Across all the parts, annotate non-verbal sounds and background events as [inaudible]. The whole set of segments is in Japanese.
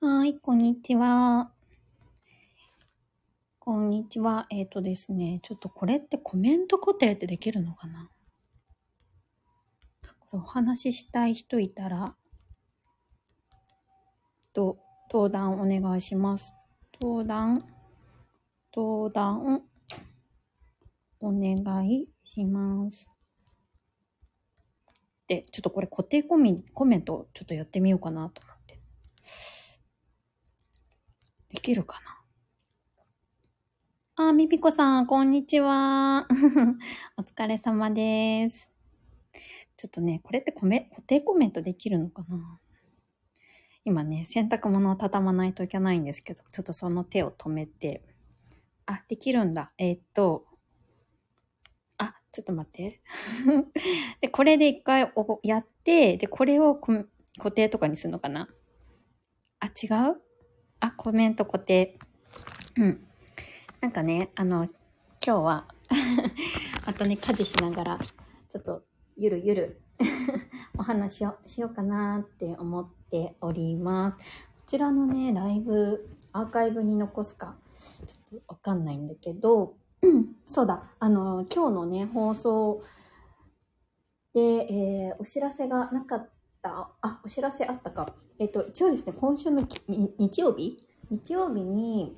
はい、こんにちは。こんにちは。えっ、とですね、ちょっとこれってコメント固定ってできるのかなこれお話ししたい人いたら、と、登壇お願いします。登壇、登壇、お願いします。で、ちょっとこれ固定コミコメントちょっとやってみようかなと思って。できるかなあ、みぴこさん、こんにちは。 [laughs] お疲れ様です。ちょっとね、これってコメ固定コメントできるのかな今ね、洗濯物を畳まないといけないんですけど、ちょっとその手を止めて。あ、できるんだ。えーっと、あ、ちょっと待って。 [laughs] で、これで一回おやって、で、これをこ固定とかにするのかなあ、違うあ、コメント固定。うん。なんかね、あの、今日は [laughs] またね、家事しながら、ちょっと、ゆるゆる [laughs] お話をしようかなって思っております。こちらのね、ライブ、アーカイブに残すか、ちょっとわかんないんだけど、 [clears throat] そうだ、あの、今日のね、放送で、えーお知らせがなかった、あ、お知らせあったか。えっ、と、一応ですね、今週のきに日曜日日曜日に、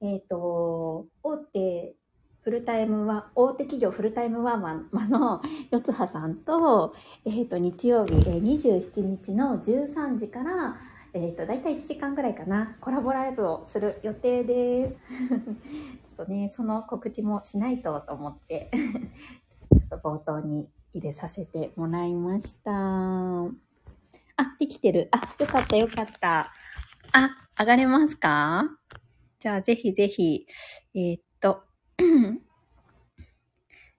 えっ、と、大手フルタイムは、大手企業フルタイムワーマンの四葉さんと、えっ、と、日曜日、えー27日の13時から、えっ、と、だいたい1時間ぐらいかな、コラボライブをする予定です。 [laughs] ちょっとね、その告知もしないとと思って、 [laughs] ちょっと冒頭に入れさせてもらいました。あ、できてる。あ、よかったよかった。あ、上がれますかじゃあ、ぜひぜひ、えーっと、 [clears throat]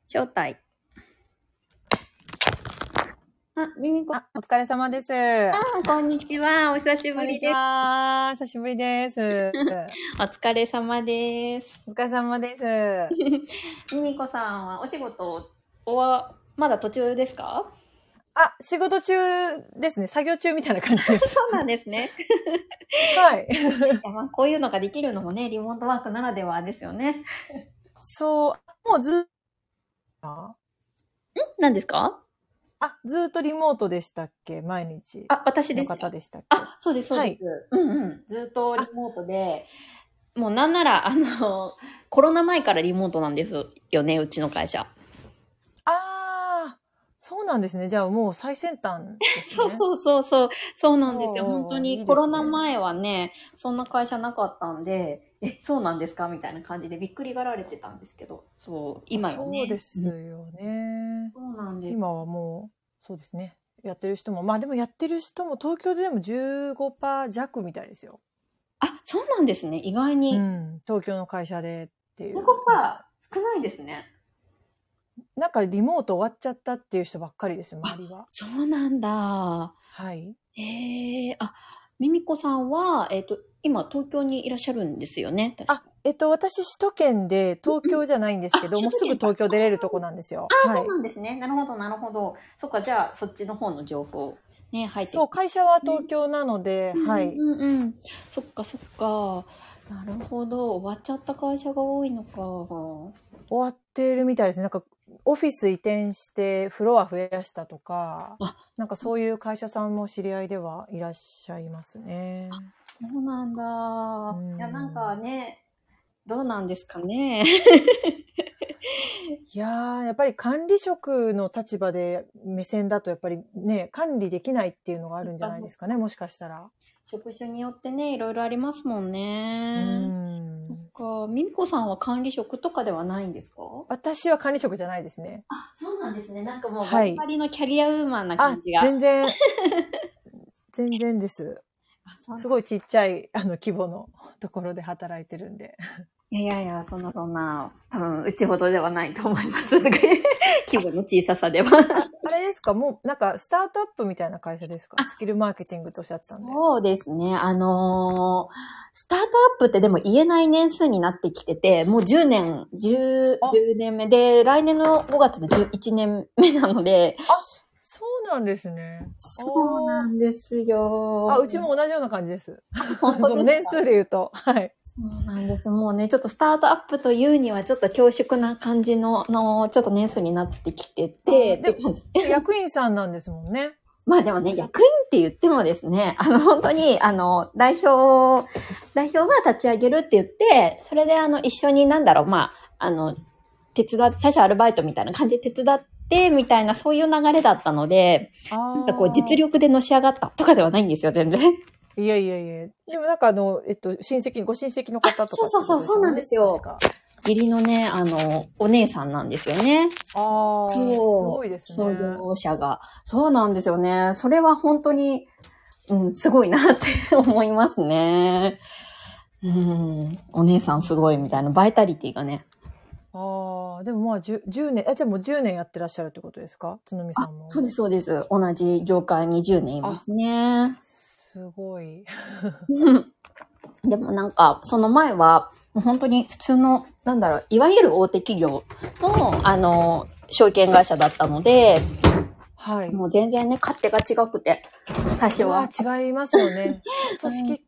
招待。あ、ミミコさん、あ、お疲れ様です。ここんにちは。お久しぶんりにちです。は。久しぶ [laughs] りです。お疲れ様です。お疲れ様です。ミミコさんはお仕事は、まだ途中ですかあ、仕事中ですね。作業中みたいな感じ [laughs] です。そうなんですね。はい。いやまあこういうのができるのもね、リモートワークならではですよね。そう、もうずっあ、何ですかずっとリモートでしたっけ毎日。あ、私でのすね。方でしたっけあ、そうです、そうです。うんうん。ずっとリモートで、もうなんなら、あの、コロナ前からリモートなんですよね、うちの会社。あー、そうなんですね。じゃあもう最先端ですね。そうそうそうそう、そうなんですよ。おー本当いいにですねコロナ前はね、そんな会社なかったんで、え、そうなんですかみたいな感じでびっくりがられてたんですけど、そう、今よね。そうですうんよね。そうなんです。今はもう、そうですね。やってる人も、まあでもやってる人も東京ででも15%弱みたいですよ。あ、そうなんですね。意外うに。ん、東京の会社でっていうこ。こは少ないですね。なんかリモート終わっちゃったっていう人ばっかりですよ、周りは。そうなんだ。はい。ええあ、ミミコさんは、えっ、と、今、東京にいらっしゃるんですよね。確あか、えっと、私、首都圏で、東京じゃないんですけうんど、あもうすぐ首都圏東京出れるとこなんですよ。あ、はそ。いうなんですね。なるほど、なるほど。そっか、じゃあ、そっちの方の情報、ね、入ってそう、会社は東京なので、はうい。んうんうん。そっか、そっか。なるほど。終わっちゃった会社が多いのか。終わってるみたいですね。なんか、オフィス移転して、フロア増やしたとかあ、なんかそういう会社さんも知り合いではいらっしゃいますね。そうなんだ。んいや、なんかね、どうなんですかね。 [laughs] いやー、やっぱり管理職の立場で目線だと、やっぱりね、管理できないっていうのがあるんじゃないですかね、もしかしたら。職種によってね、いろいろありますもんうね。そん。っか、ミミコさんは管理職とかではないんですか私は管理職じゃないですね。あ、そうなんですね。なんかもう、バはいリバリのキャリアウーマンなあ感じ、が。[laughs] 全然、全然です。あそうすごいちっちゃい、あの、規模のところで働いてるんで。いやいやいや、そんなそんな、多分、うちほどではないと思います。とか [laughs] 言う規模の小ささでは。あれですかもう、なんか、スタートアップみたいな会社ですかあスキルマーケティングとおっしゃってたんで。そうですね。あのースタートアップってでも言えない年数になってきてて、もう10年、10, あ10年目で、来年の5月で11年目なので、そうなんですね。そうなんですよ。あ、[laughs] うち。も同じような感じです。本当そのです年か数で言うと。はい。そうなんです。もうね、ちょっとスタートアップというには、ちょっと恐縮な感じの、の、ちょっと年数になってきてて、あーっでて感じ。役員さんなんですもんね。まあでもね、役員って言ってもですね、あの、本当に、あの、代表、代表が立ち上げるって言って、それで、あの、一緒になんだろう、まあ、あの、手伝っ、最初アルバイトみたいな感じで手伝って、みたいな、そういう流れだったので、ななんかこう、実力でのし上がったとかではないんですよ、全然。いやいやいや。でもなんかあの、えっと、親戚、ご親戚の方とかってことあそうそうそうそうなんですよ確か義理のね、あの、お姉さんなんですよね。ああ、すそうごいですね。創業者が。そうなんですよね。それは本当に、うん、すごいなって [laughs] 思いますね。うん、お姉さんすごいみたいな、バイタリティがね。ああ、でもまあ 10, 10年、あ、じゃあもう10年やってらっしゃるってことですかつのみさあんも。そうです、そうです。同じ業界20年いますね。すごい。うんでもなんか、その前は、もう本当に普通の、なんだろう、いわゆる大手企業の、あの、証券会社だったので、はい。もう全然ね、勝手が違くて、最初はま。あ違います [laughs] よね。組織、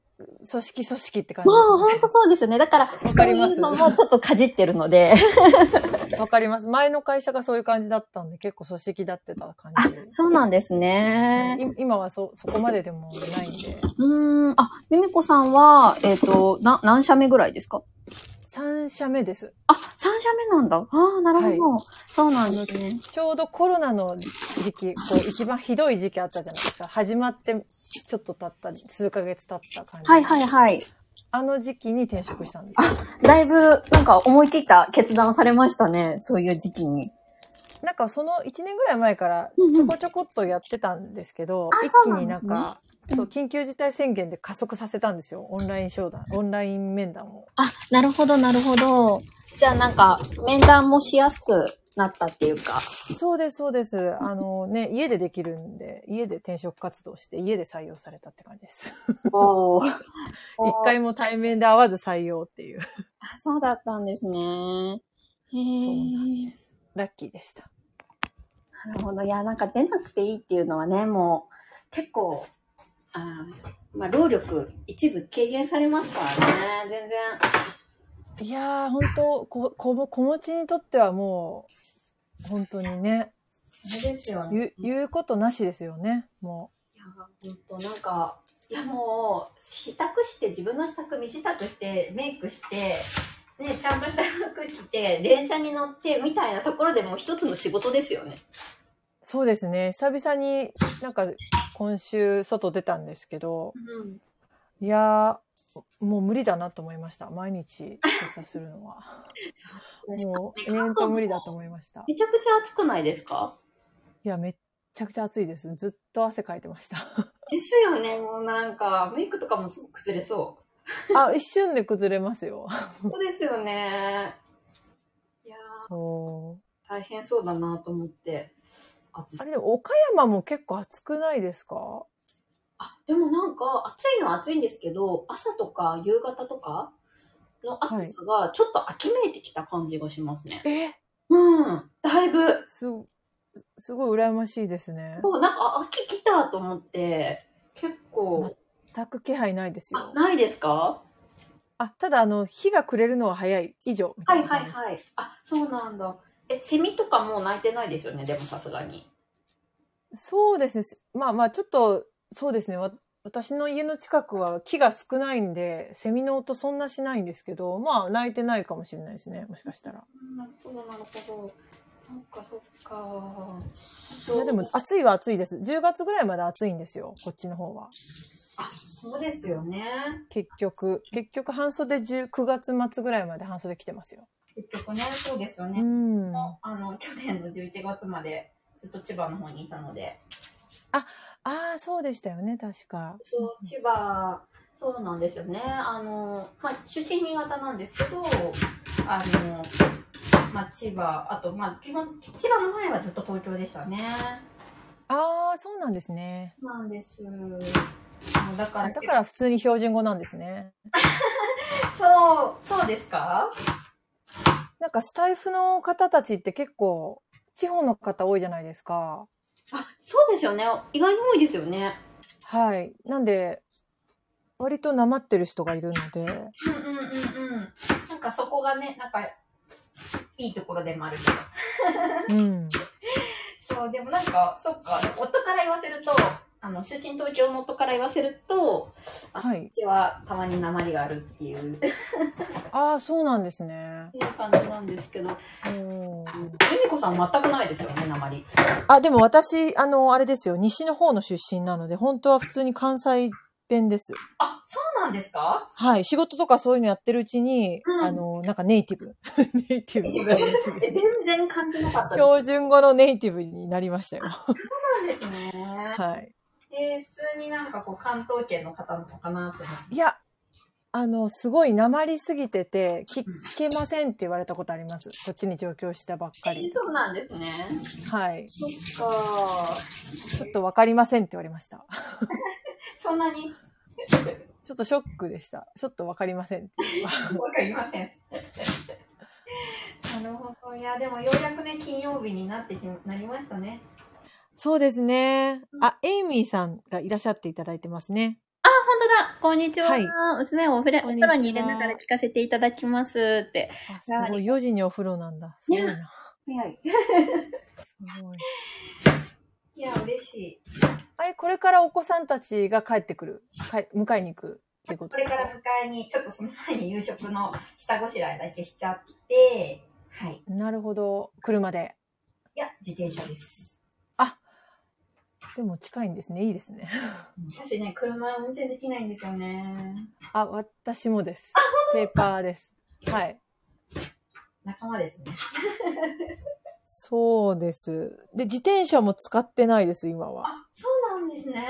組織、組織って感もうじ本当そうですよね。だから、かりまそすういうのもちょっとかじってるので。 [laughs] ですね。わかります。前の会社がそういう感じだったんで、結構組織だってた感あじ。、 [laughs] そうなんですね。い今はそ、そこまででもないんで。うーん。あ、ゆみこさんは、えっ、と、な、何社目ぐらいですか3社目です。あ、3社目なんだ。ああ、なるほど。そうなんですね。ちょうどコロナの時期、こう一番ひどい時期あったじゃないですか。始まってちょっと経った、数ヶ月経った感じ。はいはいはい。あの時期に転職したんですよ。だいぶ、なんか思い切った決断をされましたね。そういう時期に。なんかその1年ぐらい前からうんうんちょこちょこっとやってたんですけど、あ一気になんか、そう、緊急事態宣言で加速させたんですよ。オンライン商談、オンライン面談を。あ、なるほどなるほど。じゃあなんか、面談もしやすくなったっていう [laughs] か。そうです、そうです。あのね、家でできるんで、家で転職活動して、家で採用されたって感じです。おお。一回も対面で会わず採用っていう。あ、そうだったんですね。へえ。そうラッキーでした。なるほど。いや、なんか出なくていいっていうのはね、もう結構、あーまあ、労力一部軽減されますからね、全然。いやー、本当こ、 [laughs] こも、子持ちにとってはもう、本当にね、あれですよね。言う、言うことなしですよね、もいや、本当なんか、いやもう、支度して、自分の支度、身支度して、メイクして、ね、ちゃんとした服着て、電車に乗って、みたいなところでもう一つの仕事ですよね。う。そうですね、久々になんか、今週、外出たんですけど、うん。いやー、もう無理だなと思いました。毎日、出社するの [laughs] は。もう、延々と無理だと思いました。いめちゃくちゃ暑くないですかや、めっちゃくちゃ暑いです。ずっと汗かいてました。 [laughs] ですよね、もうなんか、メイクとかもすごく崩れそう。あ、一瞬で崩れますよ。そうですよね。いやそー、う。大変そうだなと思って。暑あされでも岡山も結構暑くないですかあ、でもなんか、暑いのは暑いんですけど、朝とか夕方とかの暑さがちょっと秋めいてきた感じがしますね。えうん、だいぶ。す、すごい羨ましいですね。もうなんか、あ秋来たと思って、結構、全く気配ないですあよ、。ないですかあ、ただあの、日が暮れるのは早い以上みたはいいなはい感じです。はい。あ、そうなんだ。え、セミとかもう鳴いてないですよね、でもさすがに。そうですね。まあまあ、ちょっと、そうですね。わ私の家の近くは木が少ないんで、セミの音そんなしないんですけど、まあ、泣いてないかもしれないですね。もしかしたら。なるほど、なるほど。そっか、そっか。いやでも、暑いは暑いです。10月ぐらいまで暑いんですよ。こっちの方は。そうですよね。結局、結局、半袖10 9月末ぐらいまで半袖着てますよ。結局ね、そうですようね。ん。ああの、去年の11月までずっと千葉の方にいたので。あ、そうでしたよね。確か。そう、千葉、そうなんですよね。あの、まあ、出身新潟なんですけど、あの、まあ、千葉、あと、まあ、基本、千葉の前はずっと東京でしたね。ああ、そうなんですね。そうなんです。あのだから、だから普通に標準語なんですね。そう、そうですかなんかスタイフの方たちって結構、地方の方多いじゃないですか。あ、そうですよね。意外に多いですよね。はい。なんで、割となまってる人がいるので、うんうんうんうん。なんかそこがね、なんか、いいところでもあるけど。うん。そう、でもなんか、そっか、夫から言わせると、あの、出身東京の夫から言わせると、あはいうちはたまに鉛があるっていうっていああ、そうなんですね。う感じなんですけど、うんうん由美子さん全くないですよね、鉛。あ、でも私、あの、あれですよ。西の方の出身なので、本当は普通に関西弁です。あ、そうなんですかはい。仕事とかそういうのやってるうちに、うんあの、なんかネイティブ。 [laughs] ネイティブえ、。全然感じなかったです。そ標準語のネイティブになりましたよ。うなんですね。はい。えー、普通になんかこう、関東圏の方なのかなと思って。いや、あの、すごい訛りすぎてて、聞けませんって言われたことあります。こっちに上京したばっかえーり。そうなんですね。はい。そっか。ちょっとわかりませんって言われました。そんなにちょっとショックでした。ちょっとわかりませんって。わかりません。 [laughs] なるほど。いや、でもようやくね、金曜日になってきなりましたね。そうですね。あ、エイミーさんがいらっしゃっていただいてますね。あ、本当だ。こんにちは。はい娘をおふれおこ風んにちは呂に入れながら聞かせていただきますって。あすごい。4時にお風呂なんだ。すごいな。早い。すごい。いや、嬉しい。あれ、これからお子さんたちが帰ってくる。か迎えに行くってことこれですかから迎えに、ちょっとその前に夕食の下ごしらえだけしちゃって、はい。いなるほど。車で。や、自転車です。でも近いんですね。いいですね。私ね、車運転できないんですよね。あ、私もです。ペーパーです。はい。仲間ですね。そうです。で、自転車も使ってないです、今は。あ、そうなんですね。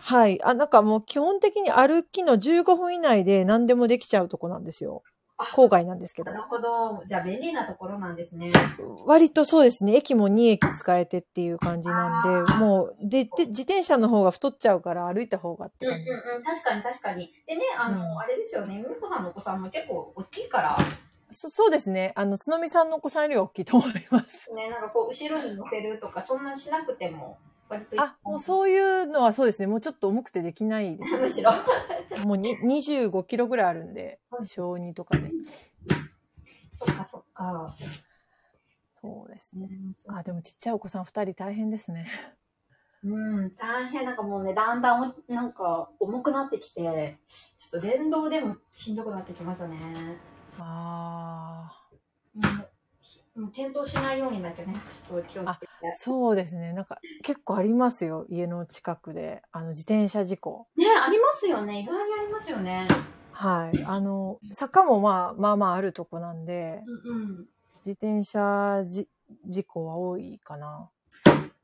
はい。あ、なんかもう基本的に歩きの15分以内で何でもできちゃうとこなんですよあ。郊外なんですけどな。るほど。じゃあ便利なところなんですね。割とそうですね。駅も2駅使えてっていう感じなんあで、もうで、で自転車の方が太っちゃうから歩いた方がってうん感じです。うんうん、確かに確かに。でね、あの、うんあれですよね、みみこさんのお子さんも結構大きいから、そそうですね。あの、つのみさんのお子さんよりは大きいと思い [laughs] ます。ね、なんかこう、後ろに乗せるとか、そんなしなくても、割といいあ、もうそういうのはそうですね。もうちょっと重くてできないで [laughs] す。むしろ。もうに25キロぐらいあるんで、小2とかで。そっかそっか。そうですうね。ん、あ、でもちっちゃいお子さん2人大変ですね。うん大変。なんかもうね、だんだんお、なんか、重くなってきて、ちょっと電動でもしんどくなってきましたね。ああ、もう、もう転倒しないようにだけね、ちょっと気をつけて。そうですね。なんか結構ありますよ。家の近くで。あの、自転車事故。ね、ありますよね。意外にありますよね。はい。あの、坂もまあ、まあまああるとこなんで、うんうん。自転車じ事故は多いかな。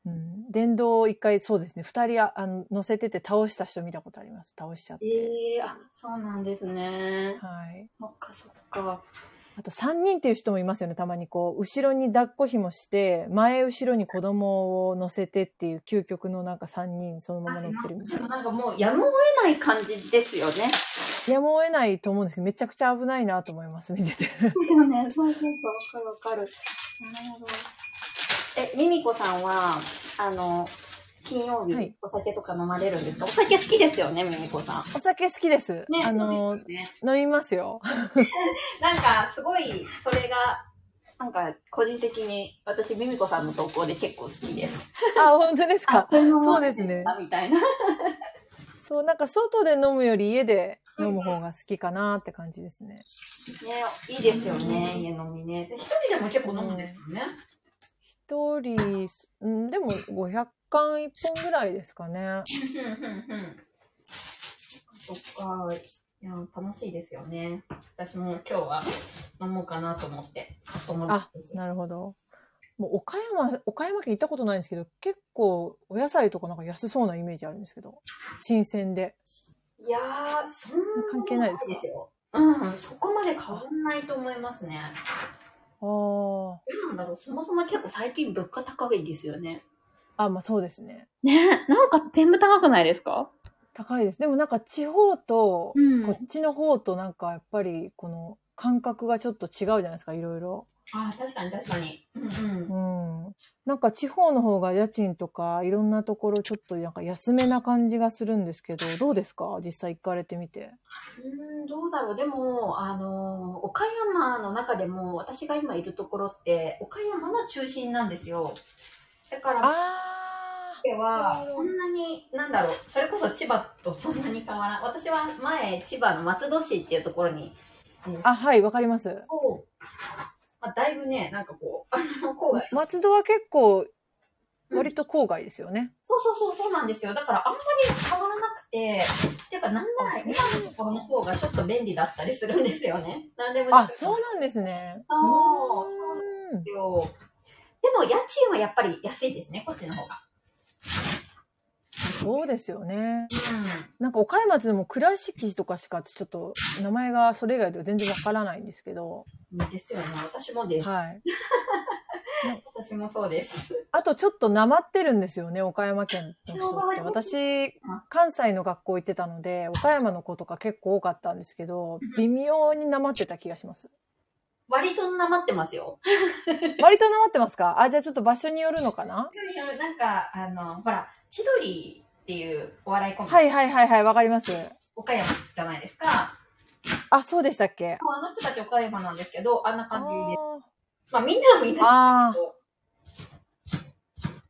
うん。電動を一回、そうですね。二人ああの乗せてて倒した人見たことあります。倒しちゃって。ええあ、そうなんですね。はい。そっかそっか。あと三人っていう人もいますよね。たまにこう、後ろに抱っこ紐して、前後ろに子供を乗せてっていう究極のなんか三人そのまま乗ってるみたいな。なんかもうやむを得ない感じですよね。でやむを得ないと思うんですけど、めちゃくちゃ危ないなと思います。見 [laughs] てて。すよね。そうそうそう。わかるわかる。なるほど。え、ミミコさんは、あの、金曜は日いお酒とか飲まれるんですか、お酒好きですよね、ミミコさん。お酒好きです。ね、あそのうです、よね。飲みま [laughs] すよ。なんか、すごい、それが、なんか、個人的に、私、ミミコさんの投稿で結構好きです。あ、本当ですか。そうですね。みたいな。そう、なんか外で飲むより家で飲む方が好きかなって感じですね。ね、いいですよね、家飲みね。で一人でも結構飲むんですよね。一人、うん、でも500缶1本ぐらいですかね。うんうんうん。そっか。いや、楽しいですよね。私も今日は飲もうかなと思って。思ってあ、なるほど。もう岡山、岡山県行ったことないんですけど、結構お野菜とかなんか安そうなイメージあるんですけど、新鮮で。いやー、そんなこと関係ないですかようん、そこまで変わんないと思いますね。あーどうなんだろう、そもそも結構最近物価高いですよね。あ、まあそうですね。ね、なんか全部高くないですか高いです。でもなんか地方と、うんこっちの方となんかやっぱりこの感覚がちょっと違うじゃないですか、いろいろ。ああ、確かに確かに。うんうん。うん。なんか地方の方が家賃とかいろんなところちょっとなんか安めな感じがするんですけど、どうですか実際行かれてみて。うーんどうだろうでも、あの、岡山の中でも、私が今いるところって、岡山の中心なんですよ。だから、あではう、んそんなに、なんだろう、それこそ千葉とそんなに変わらん。私は前、千葉の松戸市っていうところに、あ。あ、はい、わかります。こうまあ、だいぶね、なんかこう、あの、郊外。松戸は結構、うん割と郊外ですよね。そうそうそう、そうなんですよ。だから、あんまり変わらなくて、っていうか、なんなら今のところの方がちょっと便利だったりするんですよね。なんでもあ、そうなんですね。そうそううですよ。でも家賃はやっぱり安いですね、こっちの方が。んそうですよね。うん。なんか岡山ってでも倉敷とかしかってちょっと名前がそれ以外では全然わからないんですけど、ですよね。私もです。はい。私もそうです。あとちょっとなまってるんですよね、岡山県の人って。私、関西の学校行ってたので、岡山の子とか結構多かったんですけど、微妙になまってた気がします。割となまってますよ。割となまってますかあ、じゃあちょっと場所によるのかななんか、あの、ほら、千鳥っていうお笑いコンビ、はいはいはいはい、わかります。岡山じゃないですか。あ、そうでしたっけあの人たち岡山なんですけど、あんなあ感じで。ーまあみんなはみんなあーこ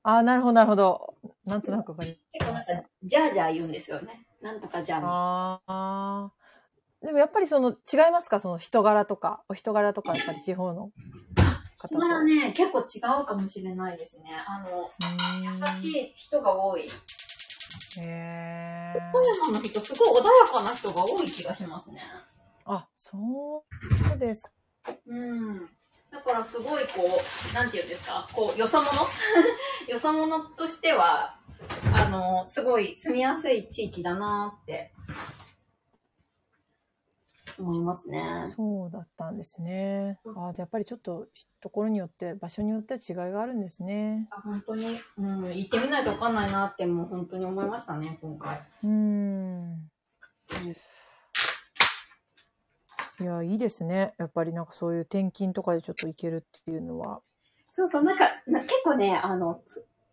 あー、なるほどなるほど。なんとなくわかりう結構なんか、じゃあじゃあ言うんですよね。なんとかじゃあみたいなああ。でもやっぱりその違いますかその人柄とか、お人柄とかやっぱり地方の方と。だからね、結構違うかもしれないですね。あの、優しい。い人が多い。へえ。富山の人、すごい穏やかな人が多い気がしますね。あ、そうです。うん。だからすごいこう、なんていうんですか、こう、よそ者 [laughs] よそ者としては、あの、すごい住みやすい地域だなって、思いますね。そうだったんですね。あーじゃあやっぱりちょっとところによって、場所によって違いがあるんですね。本当に、うん、行ってみないとわかんないなって、もう本当に思いましたね、今回。うーん。いや、いいですね。やっぱりなんかそういう転勤とかでちょっと行けるっていうのは。そうそう、なんか、な結構ね、あの、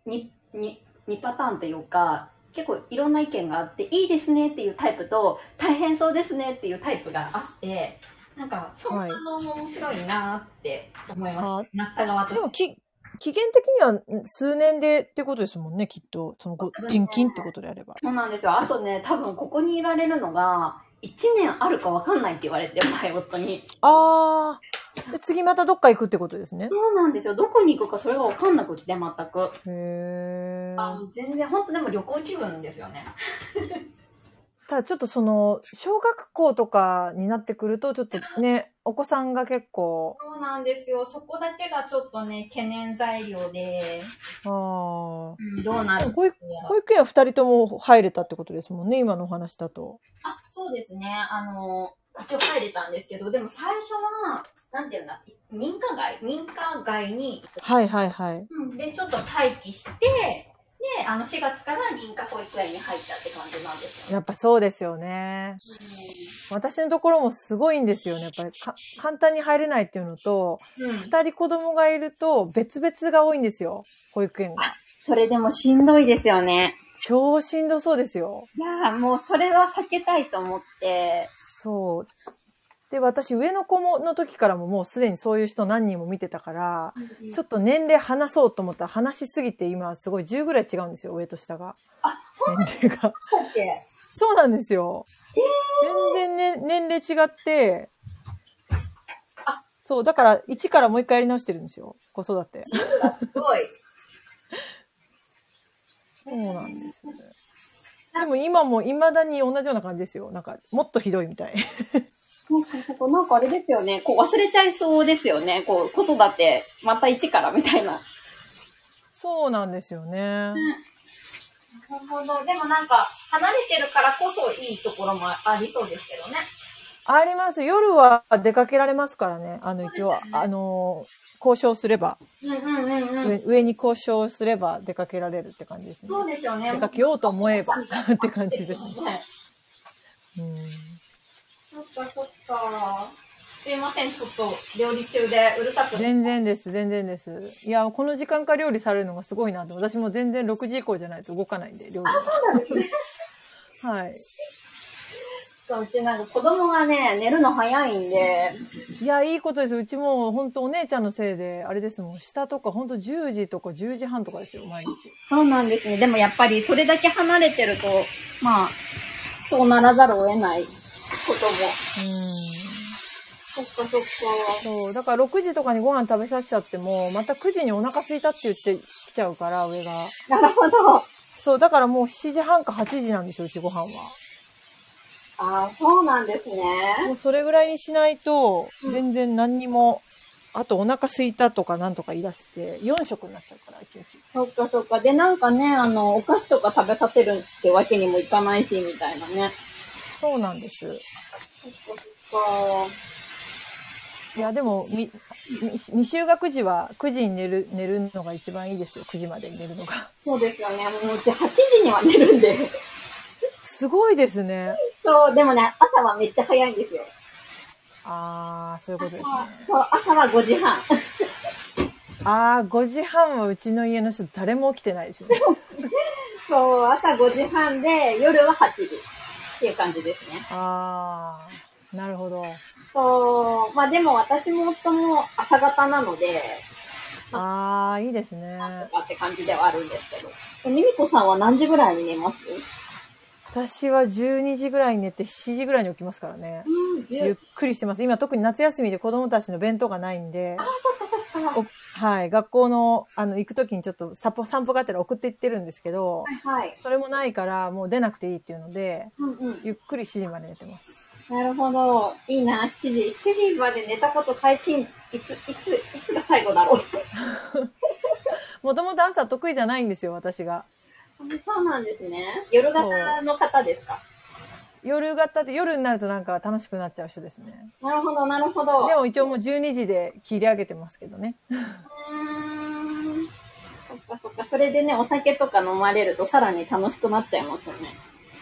に、に、2パターンというか、結構いろんな意見があって、いいですねっていうタイプと、大変そうですねっていうタイプがあって、なんか、そんはないのも面白いなって思いまあーす。なった側とで。もき、期限的にはん数年でってことですもんね、きっと。そのご転勤ってことであれば。そうなんですよ。あとね、多分ここにいられるのが、1年あるかわかんないって言われて、前夫に。ああ。で次またどっか行くってことですね。そうなんですよ。どこに行くかそれがわかんなくって、全く。へえ。あの全然、本当でも旅行気分ですよね。ただちょっとその、小学校とかになってくると、ちょっとね、お子さんが結構、そうなんですよ。そこだけがちょっとね、懸念材料で、あうん、どうなあ。でるかも保育やら保育園は二人とも入れたってことですもんね、今のお話だと。あ、そうですね。あの、一応入れたんですけど、でも最初は、なんていうんだ、認可外、認可外に、はいはいはい。うん、で、ちょっと待機して、で、あの、4月から認可保育園に入ったって感じなんですよ。やっぱそうですよね。私のところもすごいんですよね。やっぱりか簡単に入れないっていうのと、うん、うん二人子供がいると別々が多いんですよ。保育園が。それでもしんどいですよね。超しんどそうですよ。いやーもうそれは避けたいと思って、そう。で、私、上の子も、の時からももうすでにそういう人何人も見てたから、ちょっと年齢離そうと思ったら話しすぎて今すごい10ぐらい違うんですよ、上と下が。あ、年齢が。そうだっけそうなんですよ。全然、ね、年齢違ってあ、そう、だから1からもう一回やり直してるんですよ、子育て。すごい。そうなんです。でも今も未だに同じような感じですよ。なんか、もっとひどいみた [laughs] い。そうそうそうそうなんかあれですよね。こう忘れちゃいそうですよね。こう子育て、また一からみたいな。なるそうなんですよね。ほど。でもなんか、離れてるからこそいいところもありそうですけどね。あります。夜は出かけられますからね。あの、一応は、あのー、交渉すれば、うんうんうんうん。上上に交渉すれば出かけられるって感じですね。そうですよね。出かけようと思えばって感じです。ね。うんそっかそっか。で、まません。ちょっと料理中でうるさく。全然です、全然です。いや、この時間から料理されるのがすごいなって、私も全然6時以降じゃないと動かないんで、料理。そうなんですね。はい。うちなんか子供がね、寝るの早いんで、いや、いいことです。うちも本当お姉ちゃんのせいで、あれですもん、下とか本当10時とか10時半とかですよ、毎日。そうなんですね。でもやっぱりそれだけ離れてると、まあ、そうならざるを得ないことも。うん。そっかそっか。そう、だから6時とかにご飯食べさせちゃっても、また9時にお腹空いたって言ってきちゃうから、上が。なるほど。あそう、だからもう7時半か8時なんですよ、うちご飯は。あ、そうなんですね。もうそれぐらいにしないと、全然何にも、あとお腹空いたとかなんとか言い出して、4食になっちゃうから、1日。そっかそっか。で、なんかね、あの、お菓子とか食べさせるってわけにもいかないし、みたいなね。そうなんです。そっかそっか。いや、でも、み、み未就学時は9時に寝る、寝るのが一番いいですよ、9時までに寝るのが。そうですよね。もううち8時には寝るんで。すごいですね。そう、でもね、朝はめっちゃ早いんですよ。あー、そういうことですね。そう、朝は5時半。あー、5時半はうちの家の人誰も起きてないですね。そう、朝5時半で、夜は8時っていう感じですね。あー、なるほど。そう、まあでも私も夫も朝方なので、あー、いいですなんねと。かって感じではあるんですけど。えミミコさんは何時ぐらいに寝ます私は12時ぐらいに寝て7時ぐらいに起きますからね。うん、ゆっ10くりしてます。今特に夏休みで子供たちの弁当がないんで、か。はおはい、学校の、あの、行くときにちょっと散歩、散歩があったら送って行ってるんですけど、いはい。それもないから、もう出なくていいっていうので、うんうん。ゆっくり7時まで寝てます。なるほど。いいな、7時。7時まで寝たこと最近、いつ、いつ、いつが最後だろう。 [laughs] もともと朝得意じゃないんですよ、私が。そうなんですね。夜型の方ですか。夜型って夜になるとなんか楽しくなっちゃう人ですね。なるほど、なるほど。でも一応もう12時で切り上げてますけどね。うーんそっかそっか。それでね、お酒とか飲まれるとさらに楽しくなっちゃいますよね。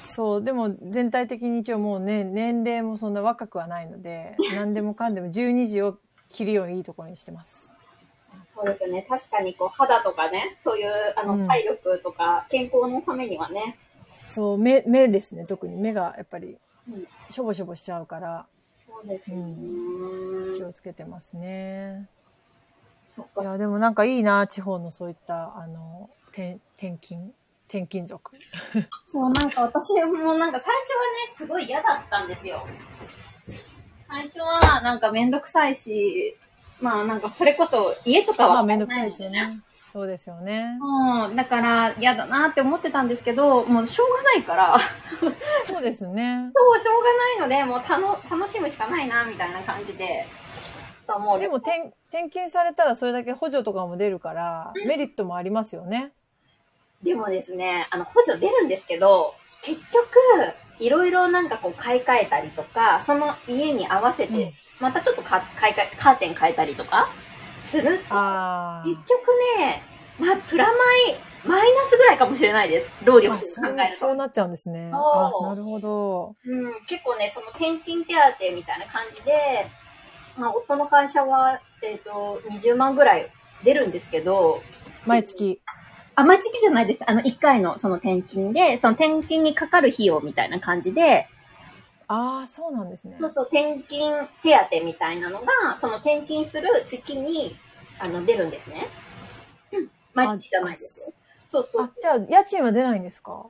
そう、でも全体的に一応もうね、年齢もそんな若くはないので、何でもかんでも12時を切るようにいいところにしてます。そうですよね。確かにこう肌とかね、そういうあうんの体力とか健康のためにはね。そう、目、目ですね、特に目がやっぱりうん、しょぼしょぼしちゃうからそうですよよねね。気をつけてますね。そっいか。や、でもなんかいいな、地方のそういった、あの、転、転勤、転勤族。そう、なんか私もなんか最初はね、すごい嫌だったんですよ。最初はなんかめんどくさいし、まあなんかそれこそ家とかはまあ、めんどくさいですよね。そうですよね。うん、だから嫌だなって思ってたんですけど、もうしょうがないから、 [laughs] そうですね。そう、しょうがないので、もうたの楽しむしかないな、みたいな感じで。そう、もう、でも、転、転勤されたらそれだけ補助とかも出るから、メリットもありますよね。でもですね、あの、補助出るんですけど、結局、いろいろなんかこう買い替えたりとか、その家に合わせうんて、またちょっとか買い替え、カーテン変えたりとか、すると、あ結局ね、まあ、プラマイ、マイナスぐらいかもしれないです。労ー力をあ。考そうえるそうと。なっちゃうんですね。あそうなるほど。うん、結構ね、その転勤手当みたいな感じで、まあ、夫の会社は、えっ、と、20万ぐらい出るんですけど、毎月。あ、毎月じゃないです。あの、1回のその転勤で、その転勤にかかる費用みたいな感じで、ああ、そうなんですねそ。うそう、転勤手当みたいなのが、その転勤する月に、あの、出るんですね。うん。毎月じゃないですよ。そうそあう。、じゃあ、家賃は出ないんですか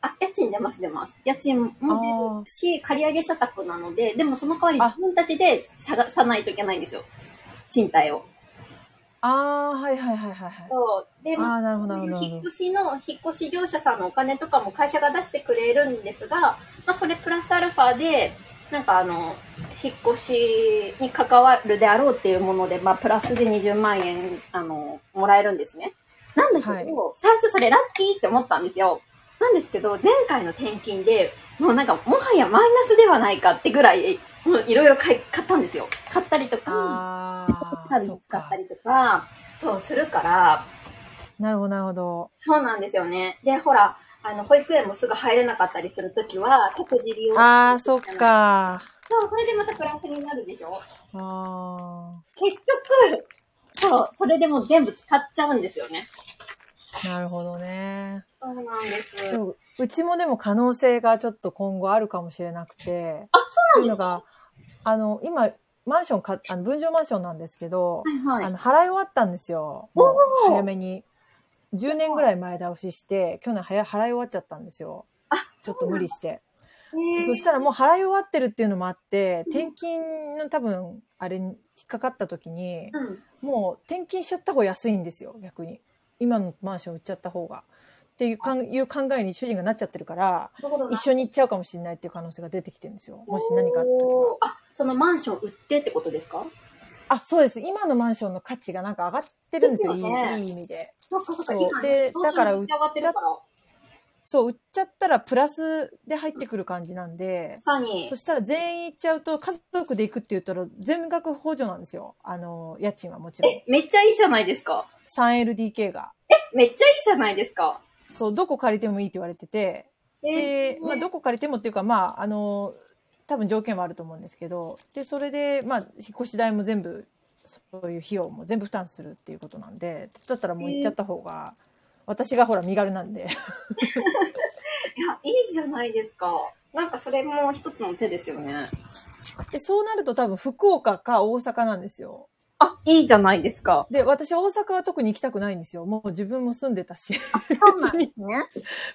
あ、家賃出ます出ます。家賃も出るし、借り上げ社宅なので、でもその代わりあ自分たちで探さないといけないんですよ。賃貸を。ああ、はいはいはいはいはい。そう。で、ああ、なるほどこなうるいうほ引っど。越しの、引っ越し業者さんのお金とかも会社が出してくれるんですが、まあ、それプラスアルファで、なんかあの、引っ越しに関わるであろうっていうもので、まあ、プラスで20万円、あの、もらえるんですね。なんだけど、はい最初それラッキーって思ったんですよ。なんですけど、前回の転勤で、もうなんか、もはやマイナスではないかってぐらい、もういろいろ買い買ったんですよ。買ったりとか、あ家あ、具そっ使っかた。りとか、そうするから、なるほどなるほど。そうなんですよね。で、ほら、あの、保育園もすぐ入れなかったりするときは、各自利用。ああ、そっ。か。そう、それでまたプラスになるでしょあ結局、そう、それでもう全部使っちゃうんですよね。あ、なるほどね。そうなんです。でもうちもでも可能性がちょっと今後あるかもしれなくて。あ、そうなっていうんでのすかが、あの、今、マンションか、あの、分譲マンションなんですけど、はいはあい。の、払い終わったんですよ。もう早めに。10年ぐらい前倒しして、去年はや払い終わっちゃったんですよ。あちょっと無理して。えーそしたらもう払い終わってるっていうのもあって、転勤の多分、あれに引っかかった時に、うん。もう転勤しちゃった方が安いんですよ、逆に。今のマンション売っちゃった方が。っていうかんいう考えに主人がなっちゃってるから、ところが一緒に行っちゃうかもしれないっていう可能性が出てきてるんですよ。もし何かあった時は。おーあ、そのマンション売ってってことですかあ、そうです。今のマンションの価値がなんか上がってるんですよ。ですよねいいいい意味で。そっかそっか、そう今でね、どんどんだから売っちゃ上がってるから。そう、売っちゃったらプラスで入ってくる感じなんで、確かにそ。したら全員行っちゃうと、家族で行くって言ったら全額補助なんですよ。あの、家賃はもちろん。え、めっちゃいいじゃないですか。 3LDK が。めっちゃいいじゃないですか。そう、どこ借りてもいいって言われてて、えで、まあ、どこ借りてもっていうか、まあ、あの、多分条件はあると思うんですけど、で、それで、まあ、引っ越し代も全部、そういう費用も全部負担するっていうことなんで、だったらもう行っちゃった方が、私がほら身軽なんで、い [laughs] や、いいじゃないですか。なんかそれも一つの手ですよね。で、そうなると多分福岡か大阪なんですよ。あ、いいじゃないですか。で、私大阪は特に行きたくないんですよ。もう自分も住んでたし、そう [laughs] なんです [laughs] ね。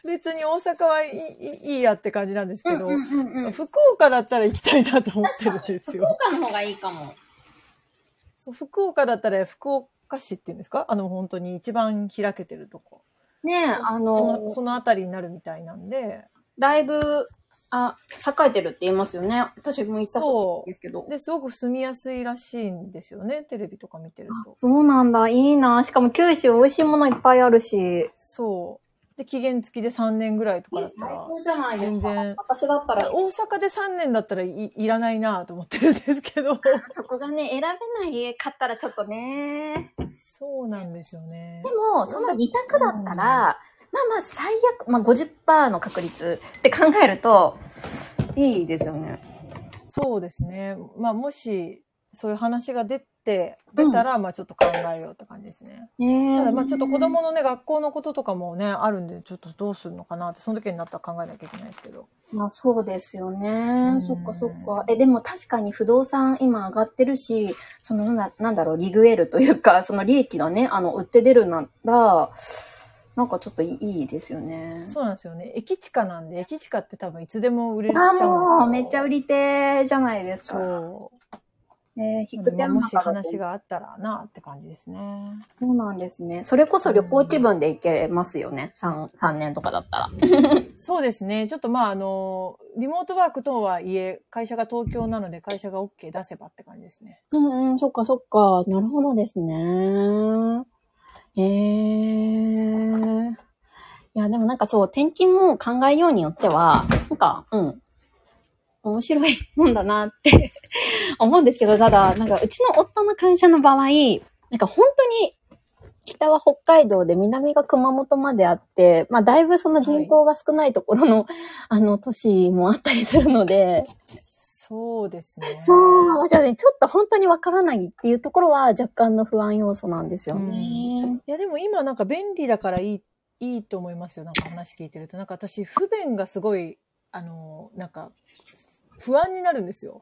別に大阪はいいいいいやって感じなんですうけんど、うんうんうん。福福岡だったら行きたいなと思ってるんですよ。岡の方がいいかも。そう福岡だったら福岡市っていうんですかあの本当に一番開けてるとこ。ねえ、あそのの、その辺りになるみたいなんで、だいぶ、あ、栄えてるって言いますよね。私も行ったことそないんですけどう。。ですごく住みやすいらしいんですよね、テレビとか見てると。そうなんだ。いいな。しかも九州美味しいものいっぱいあるし。そう。で、期限付きで3年ぐらいとかだったら、じゃな全然私だったら、大阪で3年だったらいいらないなと思ってるんですけど。そこがね、選べない家買ったらちょっとね。そうなんですよねで。も、その2択だったら、まあまあ最悪、まあ50%の確率って考えると、いいですよね。そうですね。まあ、もし、そういう話が出て、出たら、まあ、ちょっと考えようって感じですね。ねえただ、まあ、ちょっと子供のね、学校のこととかもね、あるんで、ちょっとどうするのかなって、その時になったら考えなきゃいけないですけど。まあそうですよね。んそっかそっか。え、でも確かに不動産今上がってるし、そのな、なんだろう、リグエルというか、その利益がね、あの、売って出るなら、なんかちょっといいですよね。そうなんですよね。駅地下なんで、駅地下って多分いつでも売れちゃあうんですよ。もう、めっちゃ売り手じゃないですか。そね、う。引なくの手でまあ間もかしかる話があったらなって感じですね。そうなんですね。それこそ旅行気分で行けますよね。3、3年とかだったら。そうですね。ちょっとまあ、あの、リモートワークとはいえ、会社が東京なので、会社が OK 出せばって感じですね。うんうん、そっかそっか。なるほどですね。ええー。いや、でもなんかそう、転勤も考えようによっては、なんか、うん。面白いもんだなって [laughs] 思うんですけど、ただ、なんかうちの夫の会社の場合、なんか本当に北は北海道で南が熊本まであって、まあだいぶその人口が少ないところの、あの都市もあったりするので、そうですね。そう、だからね、ちょっと本当にわからないっていうところは若干の不安要素なんですよね。いや、でも今なんか便利だからいい、いいと思いますよ。なんか話聞いてると。なんか私、不便がすごい、あの、なんか、不安になるんですよ。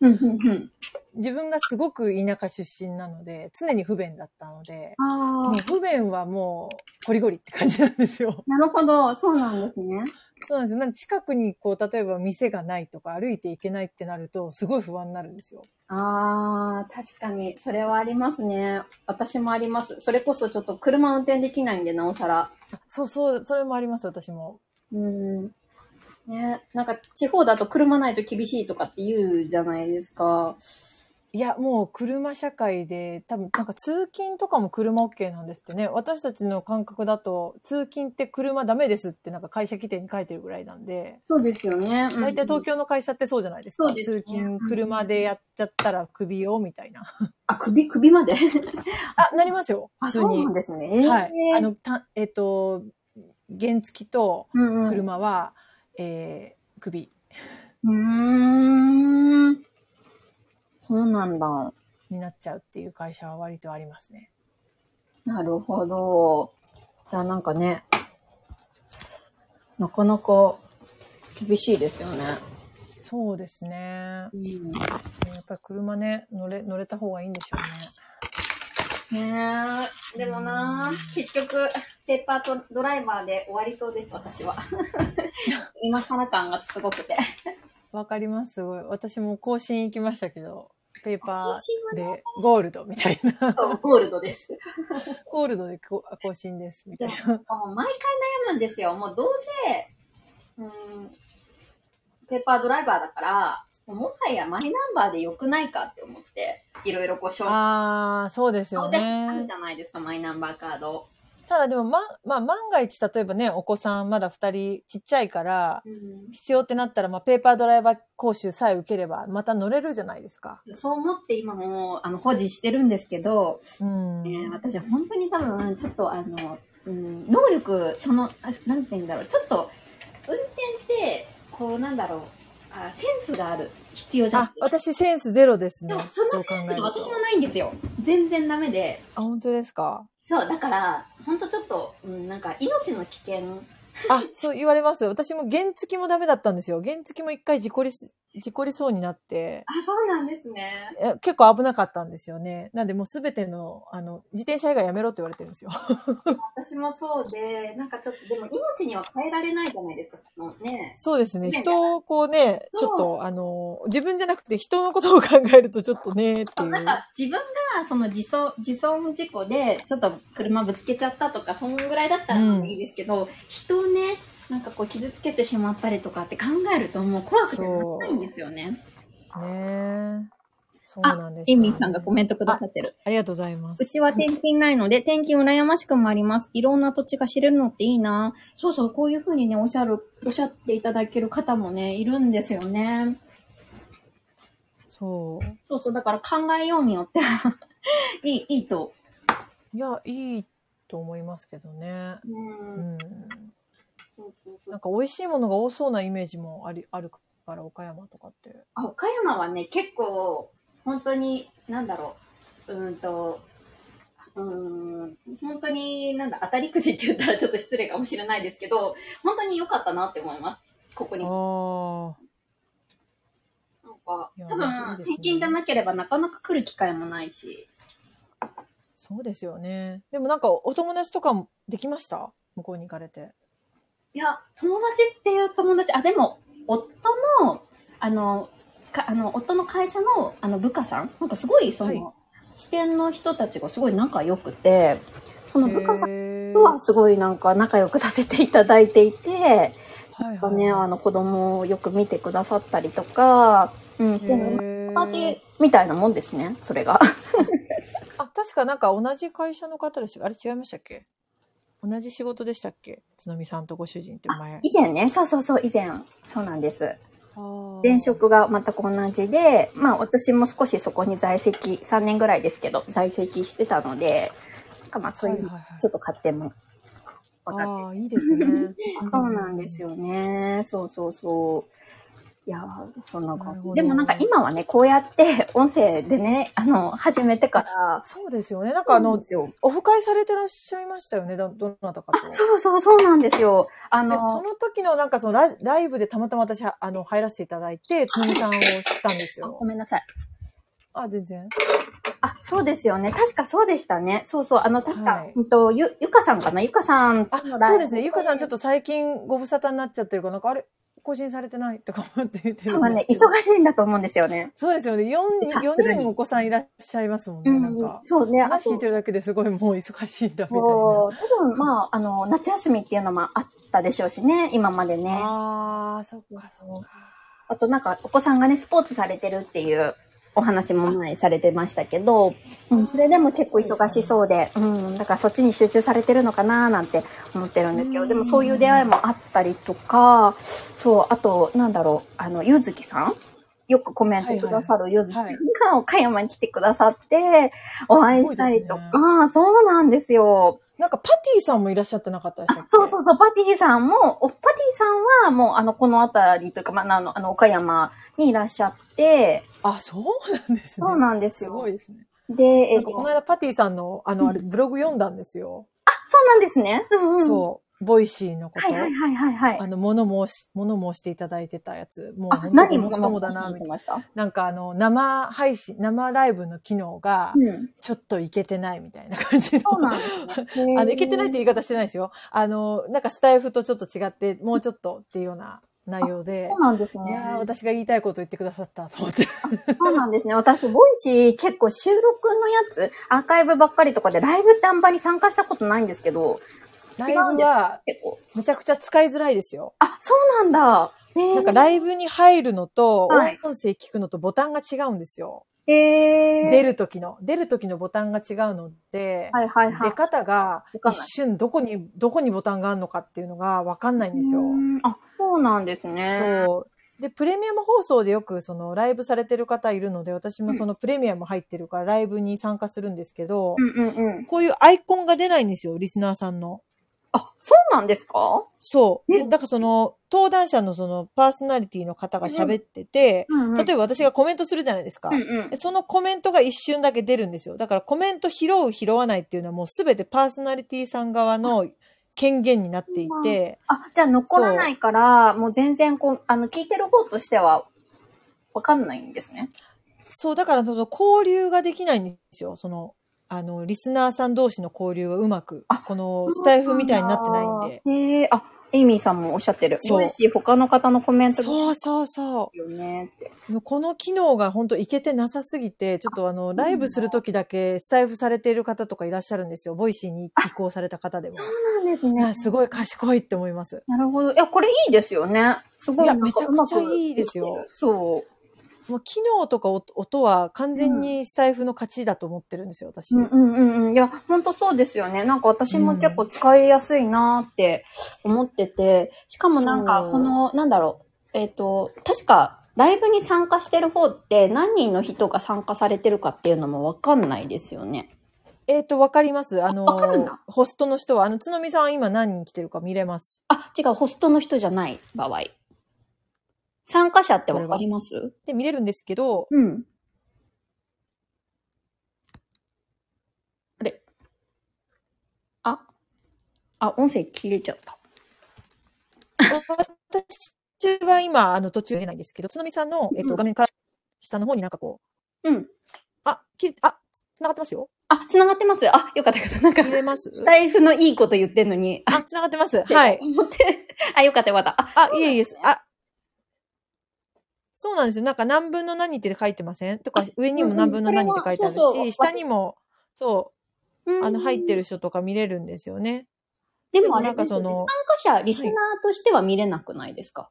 うん、うん、うん。自分がすごく田舎出身なので、常に不便だったので、あもう不便はもう、ゴリゴリって感じなんですよ。なるほど。そうなんですね。そうなんですよ。なんか近くにこう、例えば店がないとか、歩いていけないってなると、すごい不安になるんですよ。ああ、確かに、それはありますね。私もあります。それこそちょっと車運転できないんで、なおさら。そうそう、それもあります、私も。うん。ね、なんか地方だと車ないと厳しいとかって言うじゃないですか。いや、もう車社会で、多分なんか通勤とかも車 OK なんですってね。私たちの感覚だと、通勤って車ダメですってなんか会社規定に書いてるぐらいなんで、そうですよね。大体東京。京の会社ってそうじゃないですか。そうですね通勤車でやっちゃったら首をみたいな。あ、首、首 [laughs] まで。あ、なりますよ。普あ、通そうになん。ですね。はいえ。ーあ、の、たえっ、と、原付とうんうん、車は、えー、首。うーん。そうなんだ。になっちゃうっていう会社は割とありますね。なるほど。じゃあなんかね、なかなか厳しいですよね。そうですね。やうん、っぱり車ね、乗れ、乗れた方がいいんでしょうね。ねえ、でもなあ、結局、ペーパーとドライバーで終わりそうです、私は。 [laughs] 今更感がすご [laughs] くて。わかります、すごい。私も更新行きましたけど、ペーパ更新はねーでゴールドみたいな。 [laughs] ゴールドです。ゴールドでこ更新です、みたいな。もう毎回悩むんですよ。もうどうせ、うん、ペーパードライバーだから、もはやマイナンバーで良くないかって思って、いろいろこう、消費ああ、そうですよ出してあるねじ。ゃないですか、マイナンバーカード。ただでも、ま、まあ、万が一、例えばね、お子さんまだ二人ちっちゃいから、うん必要ってなったら、まあ、ペーパードライバー講習さえ受ければ、また乗れるじゃないですか。そう思って今もうあの保持してるんですけど、うん。えー私本当に多分ちょっとあの、うん、能力そのあなんて言うんだろうちょっと運転ってこうなんだろうあセンスがある必要じゃんあ、私センスゼロですでねも。そそのう考えセンるスが私と。もないんですよ全然ダメであ、本当ですかそうだから本当ちょっと、うん、なんか命の危険あ、そう言われます。私も原付きもダメだったんですよ。原付きも一回事故りす、事故りそうになって、あそうなんですねえ結構危なかったんですよね。なんでもうすべての、あの、自転車以外やめろって言われてるんで [laughs] すよ。私もそうでなんかちょっとでも命には変えられないじゃないですかそのねそうですね。ね人をこうね、ちそうょっと、あの、自分じゃなくて人のことを考えるとちょっとね、っていう。なんか自分がその自走自走事故でちょっと車ぶつけちゃったとかそんぐらいだったらうんいいですけど、人をねなんかこう傷つけてしまったりとかって考えるともう怖くてならないんですよね。ねそうなんですエよね、ミさんがコメントくださってる。ありがとうございます。うちは転勤ないので、転勤羨ましくもあります。いろんな土地が知れるのっていいな。そうそう、こういうふうにね、おっしゃる、おっしゃっていただける方もね、いるんですよね。そう。そうそう、だから考えようによっては [laughs] いい、いいと。いや、いいと思いますけどね。ううんん。なんか美味しいものが多そうなイメージもあり、あるから、岡山とかって。あ岡山はね結構本当になんだろううーんとうーん本当になんだ当たりくじって言ったらちょっと失礼かもしれないですけど本当に良かったなって思いますここになんああ。かいや多い分いです転ね勤じゃなければなかなか来る機会もないしそうですよね。でもなんかお友達とかもできました向こうに行かれて。いや友達っていう友達あでも夫のあのかあの夫の会社のあの部下さんなんかすごいその、はい支店の人たちがすごい仲良くてその部下さんへーとはすごいなんか仲良くさせていただいていて、はいやっぱはい。ね、あの子供をよく見てくださったりとか、うん、してね、へー友達みたいなもんですね、それが。あ、確かなんか同じ会社の方でしょあれ違いましたっけ同じ仕事でしたっけつのみさんとご主人って前。以前ね、そうそうそう、以前、そうなんです。前転。職が全く同じで、まあ私も少しそこに在籍、3年ぐらいですけど、在籍してたので、なんかまあそういう、ちょっと勝手も分かって。ああー、いいですね [laughs] そうなんです。よね。そうそうそう。いやーそんなな感るじほ。どでもなんか今はね、こうやって音声でね、あの、始めてから、そうですよね。なんかあそうなんので、すよオフ会されてらっしゃいましたよね。ど、どなたかと。そうそうそうなんですよ。あでその、の時のなんかそのラライブでたまたま私、あの、入らせていただいて、つのみさんを知ったんですあよご。めんなさい。あ、全然。あ、そうですよね。確かそうでしたね。そうそう。あの、確か、はいうんと、ゆ、ゆかさんかなゆかさんあ、とのライそうブですね。ゆかさん、ちょっと最近ご無沙汰になっちゃってるから、なんかあれ、更新されてないとか思って言って多る。分ね、忙しいんだと思うんですよね。そうですよね。でさ4、四すがに人お子さんいらっしゃいますもんうね。なんんか。そうね。あ話聞いとて、るだけですごいもう忙しいんだ、みたいそう多分まあ、あの、夏休みっていうのもあったでしょうしね。今までね。な。あー、そっかそっか。あとなんかお子さんがね、スポーツされてるっていうお話も前されてましたけど、うん、それでも結構忙しそうで、うん、だからそっちに集中されてるのかななんて思ってるんですけど、うんでもそういう出会いもあったりとか、そう、あとなんだろう、あの、ゆずきさんよくコメントくださるヨズさんが岡山に来てくださって、お会いしたりとかす、そうなんですよ。なんかパティさんもいらっしゃってなかったでしたあっけそうそうそう、パティさんも、おパティさんはもうあの、この辺りというか、まあ、あの、あの岡山にいらっしゃって、あ、そうなんですね。そうなんですすよ。ごいですね。で、えなっんと、そかこうの間パティさんの、あの、あれ、ブログ読んだんですよ。なんですね。うんうん、そう。ボイシーのこと。はいはいはいはいはいあ。の、物申し、物申していただいてたやつ。もうあ本当、に、何ももっともだな、なみったいな。てましたなんかあの、生配信、生ライブの機能が、うん。ちょっといけてないみたいな感じの。そうなんですね [laughs] 。あの、いけてないって言い方してないですよ。あの、なんかスタイフとちょっと違って、もうちょっとっていうような内容でそう。なんですね。いやー、私が言いたいこと言ってくださったと [laughs] 思って。そうなんですね。私、ボイシー結構収録のやつ、アーカイブばっかりとかで、ライブってあんまり参加したことないんですけど、ラ違イうんブですは、結構。めちゃくちゃ使いづらいですよ。あ、そうなんだ。えー、なんかライブに入るのと、はい音声聞くのとボタンが違うんですよ。えー、出る時の。出る時のボタンが違うので、はいはいはい。出方がわかん一ない瞬どこに、どこにボタンがあるのかっていうのがわかんないんですよう。んあ、そうなんですね。そう。で、プレミアム放送でよくそのライブされてる方いるので、私もそのプレミアム入ってるからライブに参加するんですけど、うんうんうん。こういうアイコンが出ないんですよ、リスナーさんの。あ、そうなんですかそう。えでだからその、登壇者のそのパーソナリティの方が喋ってて、うん、例えば私がコメントするじゃないですか。うんうんで。そのコメントが一瞬だけ出るんですよ。だからコメント拾う拾わないっていうのはもうすべてパーソナリティさん側の権限になっていて、あ、じゃあ残らないから、もう全然こう、あの、聞いてる方としては、わかんないんですね。そう、だからその交流ができないんですよ。その、あの、リスナーさん同士の交流がうまくあ、このスタイフみたいになってないんで。へえあ、エイミーさんもおっしゃってる。そうボイシー他の方のコメントでそうそうそよねって。う。この機能が本当いけてなさすぎて、ちょっとあの、ライブするときだけスタイフされている方とかいらっしゃるんですよ。ボイシーに移行された方でも。そうなんですいやね。すごい賢いって思います。なるほど。いや、これいいですよね。すごいいやなんかめちゃくちゃうまいいですよそもう機能とか音音は完全にスタイフの勝ちだと思ってるんですよ、私。う。うんうんうんうん。いや、ほんとそうですよね。なんか私も結構使いやすいなーって思ってて、しかもなんかそうこの、なんだろう、えっ、と、確か、ライブに参加してる方って何人の人が参加されてるかっていうのもわかんないですよね。えっ、と、わかります。あのわかるんだホストの人は、あの、つのみさん今何人来てるか見れます。あ、違う、ホストの人じゃない場合。参加者ってわかりますで、見れるんですけど、うん。あれあ、あ、音声切れちゃった。私は今、あの、途中見えないんですけど、つのみさんの、えっ、うんと、画面から下の方になんかこう、うん。あ、きあ、つながってますよ。あ、繋がってます。あ、よかったよかった。なん [laughs] か見、[laughs] れますスタイフのいいこと言ってんのに、あ、あ、つながってます。はい。思って、 [laughs] あ、よかったよかった。あ、あ、いえいえ、あ、そうなんですよ。なんか何分の何って書いてませんとか、上にも何分の何って書いてあるうんうんそれはし、そうそう下にも、そう、うんあの、入ってる。人とか見れるんですよね。でもあれなんかですよそね、の参加者、リスナーとしては見れなくないですか、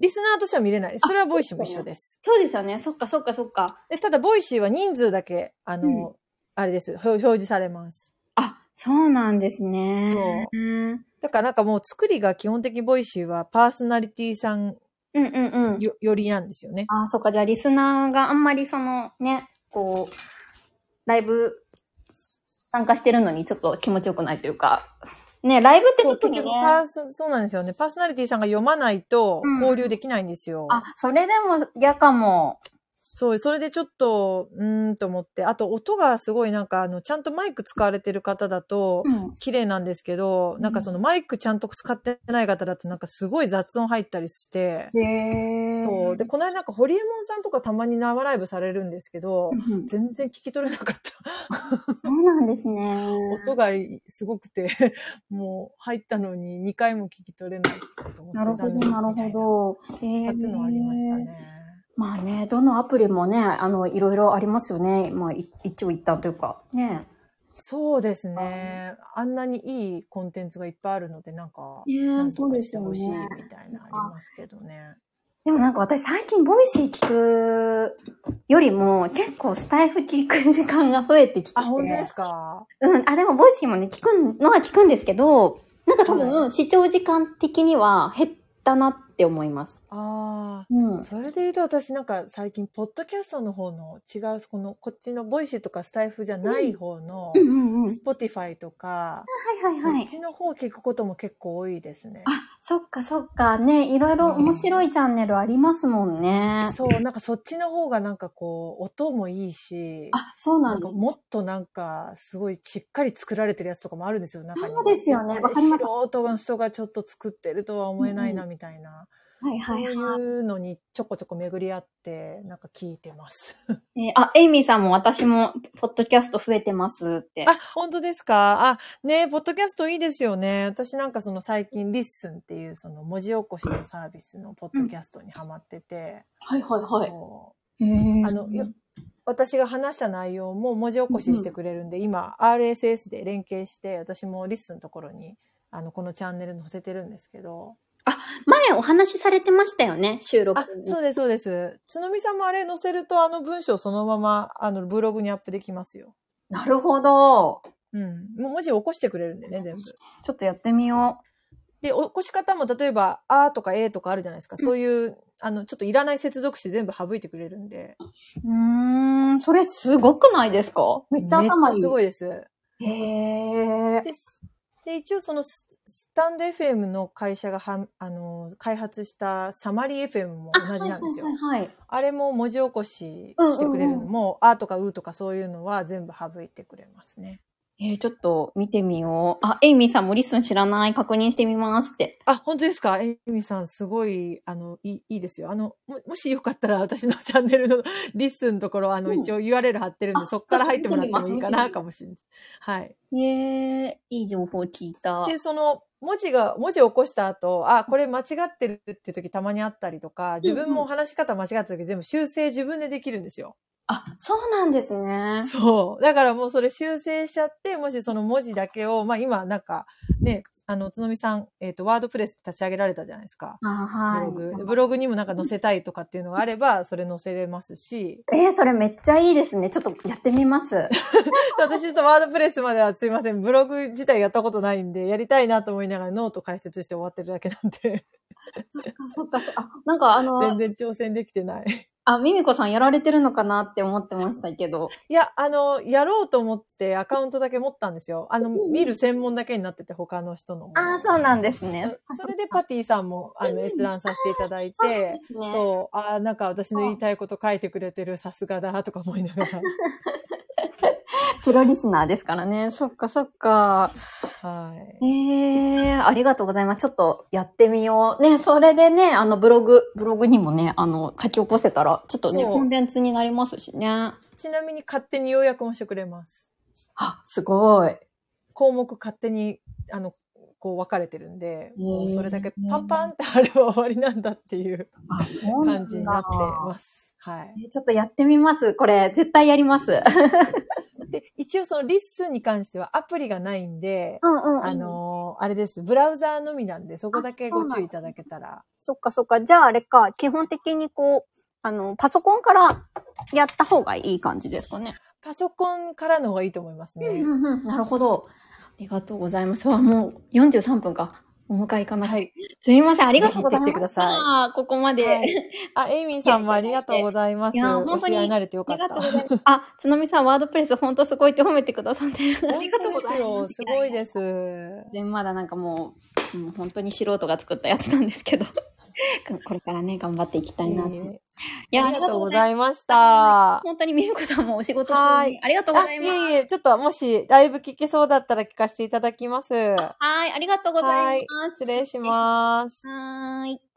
リスナーとしては見れないです。それはボイシーも一緒です。そうですよね。そっかそっかそっか。でただ、ボイシーは人数だけ、あの、うんあれです。表表示されます。あ、そうなんですね。そううんだからなんかもう作りが基本的にボイシーはパーソナリティさんうんうんうん。よよりなんですよね。あ、そっか。じゃあ、リスナーがあんまりそのね、こう、ライブ参加してるのにちょっと気持ちよくないというか、ね、ライブってそう、特結に局ね。パーソ、そうなんですよね。パーソナリティさんが読まないとうん交流できないんですよ。あ、それでも嫌かも。そう、それでちょっと、うーんと思って。あと、音がすごいなんか、あの、ちゃんとマイク使われてる方だと、うん。綺麗なんですけど、なんかそのマイクちゃんと使ってない方だとなんかすごい雑音入ったりして、へそう。で、この間なんか、ホリエモンさんとかたまに生ライブされるんですけどう、ん全然聞き取れなかった。 [laughs] そうなんですね。音がすごくて、 [laughs] もう入ったのに2回も聞き取れないと思ってなるほど、なるど。ほど。ええやつのありましたね。まあね、どのアプリもね、あの、いろいろありますよね。まあ、い一長一短というか。ね。そうですね。あんなにいいコンテンツがいっぱいあるので、なんか、ねえなんとそうかでしすてよねほしいみたいなありますけどね。でもなんか私最近ボイシー聞くよりも結構スタイフ聞く時間が増えてきてて。あ、本当ですかうん。あ、でもボイシーもね、聞くのは聞くんですけど、なんか多分、視聴時間的には減ったなって思います。ああうんあ。。それで言うと私なんか最近、ポッドキャストの方の違う、この、こっちのボイシーとかスタイフじゃない方のう、んうんうん。はスポティファイとか、いはいはそっい。ちの方聞くことも結構多いですね。そっかそっか。ね、いろいろ面白いチャンネルありますもんね。そう、なんかそっちの方がなんかこう、音もいいし、あ、そうななんんでかす。もっとなんか、すごいしっかり作られてるやつとかもあるんですよ、中には。そうですよねわかります素人の人がちょっと作ってるとは思えないな、みたいな。はいはいはい。そういうのにちょこちょこ巡り合って、なんか聞いてます。えーあ、エイミーさんも私も、ポッドキャスト増えてますって。あ、本当ですかあ、ねポッドキャストいいですよね。私なんかその最近、リッスンっていうその文字起こしのサービスのポッドキャストにハマってて、はいはいはい。そうへーあの、よ私が話した内容も文字起こししてくれるんで、今 RSS で連携して、私もリッスンのところに、あの、このチャンネル載せてるんですけど。前お話しされてましたよね、収録あ、そうです、そうです。つのみさんもあれ載せると、あの文章そのまま、あの、ブログにアップできますよ。なるほど。うん。もう文字起こしてくれるんでね、全部。ちょっとやってみよで、起こし方も例えば、あーとかえーとかあるじゃないですか。そういう、あの、ちょっといらない接続詞全部省いてくれるんで。う。うーん、それすごくないですかめっちゃ頭いい。すごいです。へえ。ですで一応そのススタンド FM の会社がはあの開発したサマリー FM も同じなんですよ。あ,、はいはいはいはい。れも文字起こししてくれるのも、あとかうとかそういうのは全部省いてくれますね。えー、ちょっと見てみよう。あ、エイミーさんもリスン知らない、確認してみますって。あ、本当ですかえみさん、すごい、あの、いいいいですよ。あの、ももしよかったら私の [laughs] チャンネルのリスンのところ、あの、うん一応 URL 貼ってるんで、あそこから入ってもらってちょっもとい見いてかみますな、かもしれない。はい。へえ、いい情報聞いた。で、その、文字が、文字を起こした後、あ、これ間違ってるっていう時たまにあったりとか、自分も話し方間違った時全部修正自分でできるんですよ。あ、そうなんですね。そう。だからもうそれ修正しちゃって、もしその文字だけを、まあ今なんか、ね、あの、つのみさん、えっ、と、ワードプレス立ち上げられたじゃないですか。あ、ブはいロ。グ、ブログにもなんか載せたいとかっていうのがあれ [laughs] ば、それ載せれますし、えー、それめっちゃいいですね。ちょっとやってみます。私ちょっとワードプレスまではすいません、ブログ自体やったことないんで、やりたいなと思いながらノート解説して終わってるだけなん [laughs] で、 [laughs] そっかそっか。あ、なんかあ全の、然挑戦できてない。あ、ミミコさんやられてるのかなって思ってましたけど。いや、あの、やろうと思ってアカウントだけ持ったんですよ。あの、んうん見る専門だけになってて、他の人のも。あー、そうなんですね。それでパティさんも、あの、閲覧させていただいそうなんてで、すねそう、ああ、なんか私の言いたいこと書いてくれてる、さすがだ、とか思いながら。 [laughs] プロリスナーですからね。そっかそっか。はいえ。ー、ありがとうございます。ちょっとやってみよう。ね、それでね、あのブログ、ブログにもね、あの、書き起こせたら、ちょっとね、そうコンテンツになりますしね。ちなみに勝手に要約もしてくれます。あ、すごい。項目勝手に、あの、こう分かれてるんで、もうそれだけパンパンってあれば終わりなんだっていうあ、そうな感んじだ。になってます。はい。えーちょっとやってみます。これ、絶対やります。で、一応そのリッスンに関してはアプリがないんで、うんうん、あ、のーあれです。ブラウザーのみなんで、そこだけご注意いただけたら。そっかそっか。じゃああれか、基本的にこう、あの、パソコンからやった方がいい感じですかね。パソコンからの方がいいと思いますね。うんうん、なるほど。ありがとうございます。わ、もう43分か。お迎え行かない。はい。すみません、ありがとうございまぜひ行ってきてくだす。さいさあ、ここまで。はいあ、エイミーさんもありがとうございます。いや本当にお知り合いになれてあよかっりがた。とうございます。あ、つのみさん、ワードプレス、本当すごいって褒めてくださってる。ありがとうござい本当ま。。ですすよ。すごいですす。まだなんかもう、もう本当に素人が作ったやつなんですけど。 [laughs] これからね、頑張っていきたいなって。いいえや、あありりががととううごござざいます。いました。本当にみゆこさんもお仕事中にはいありがとうごあ、ざいいます。えいえ、ちょっともしライブ聞けそうだったら聞かせていただきます。ははい、ありがとうございます。い。失礼します。はーい。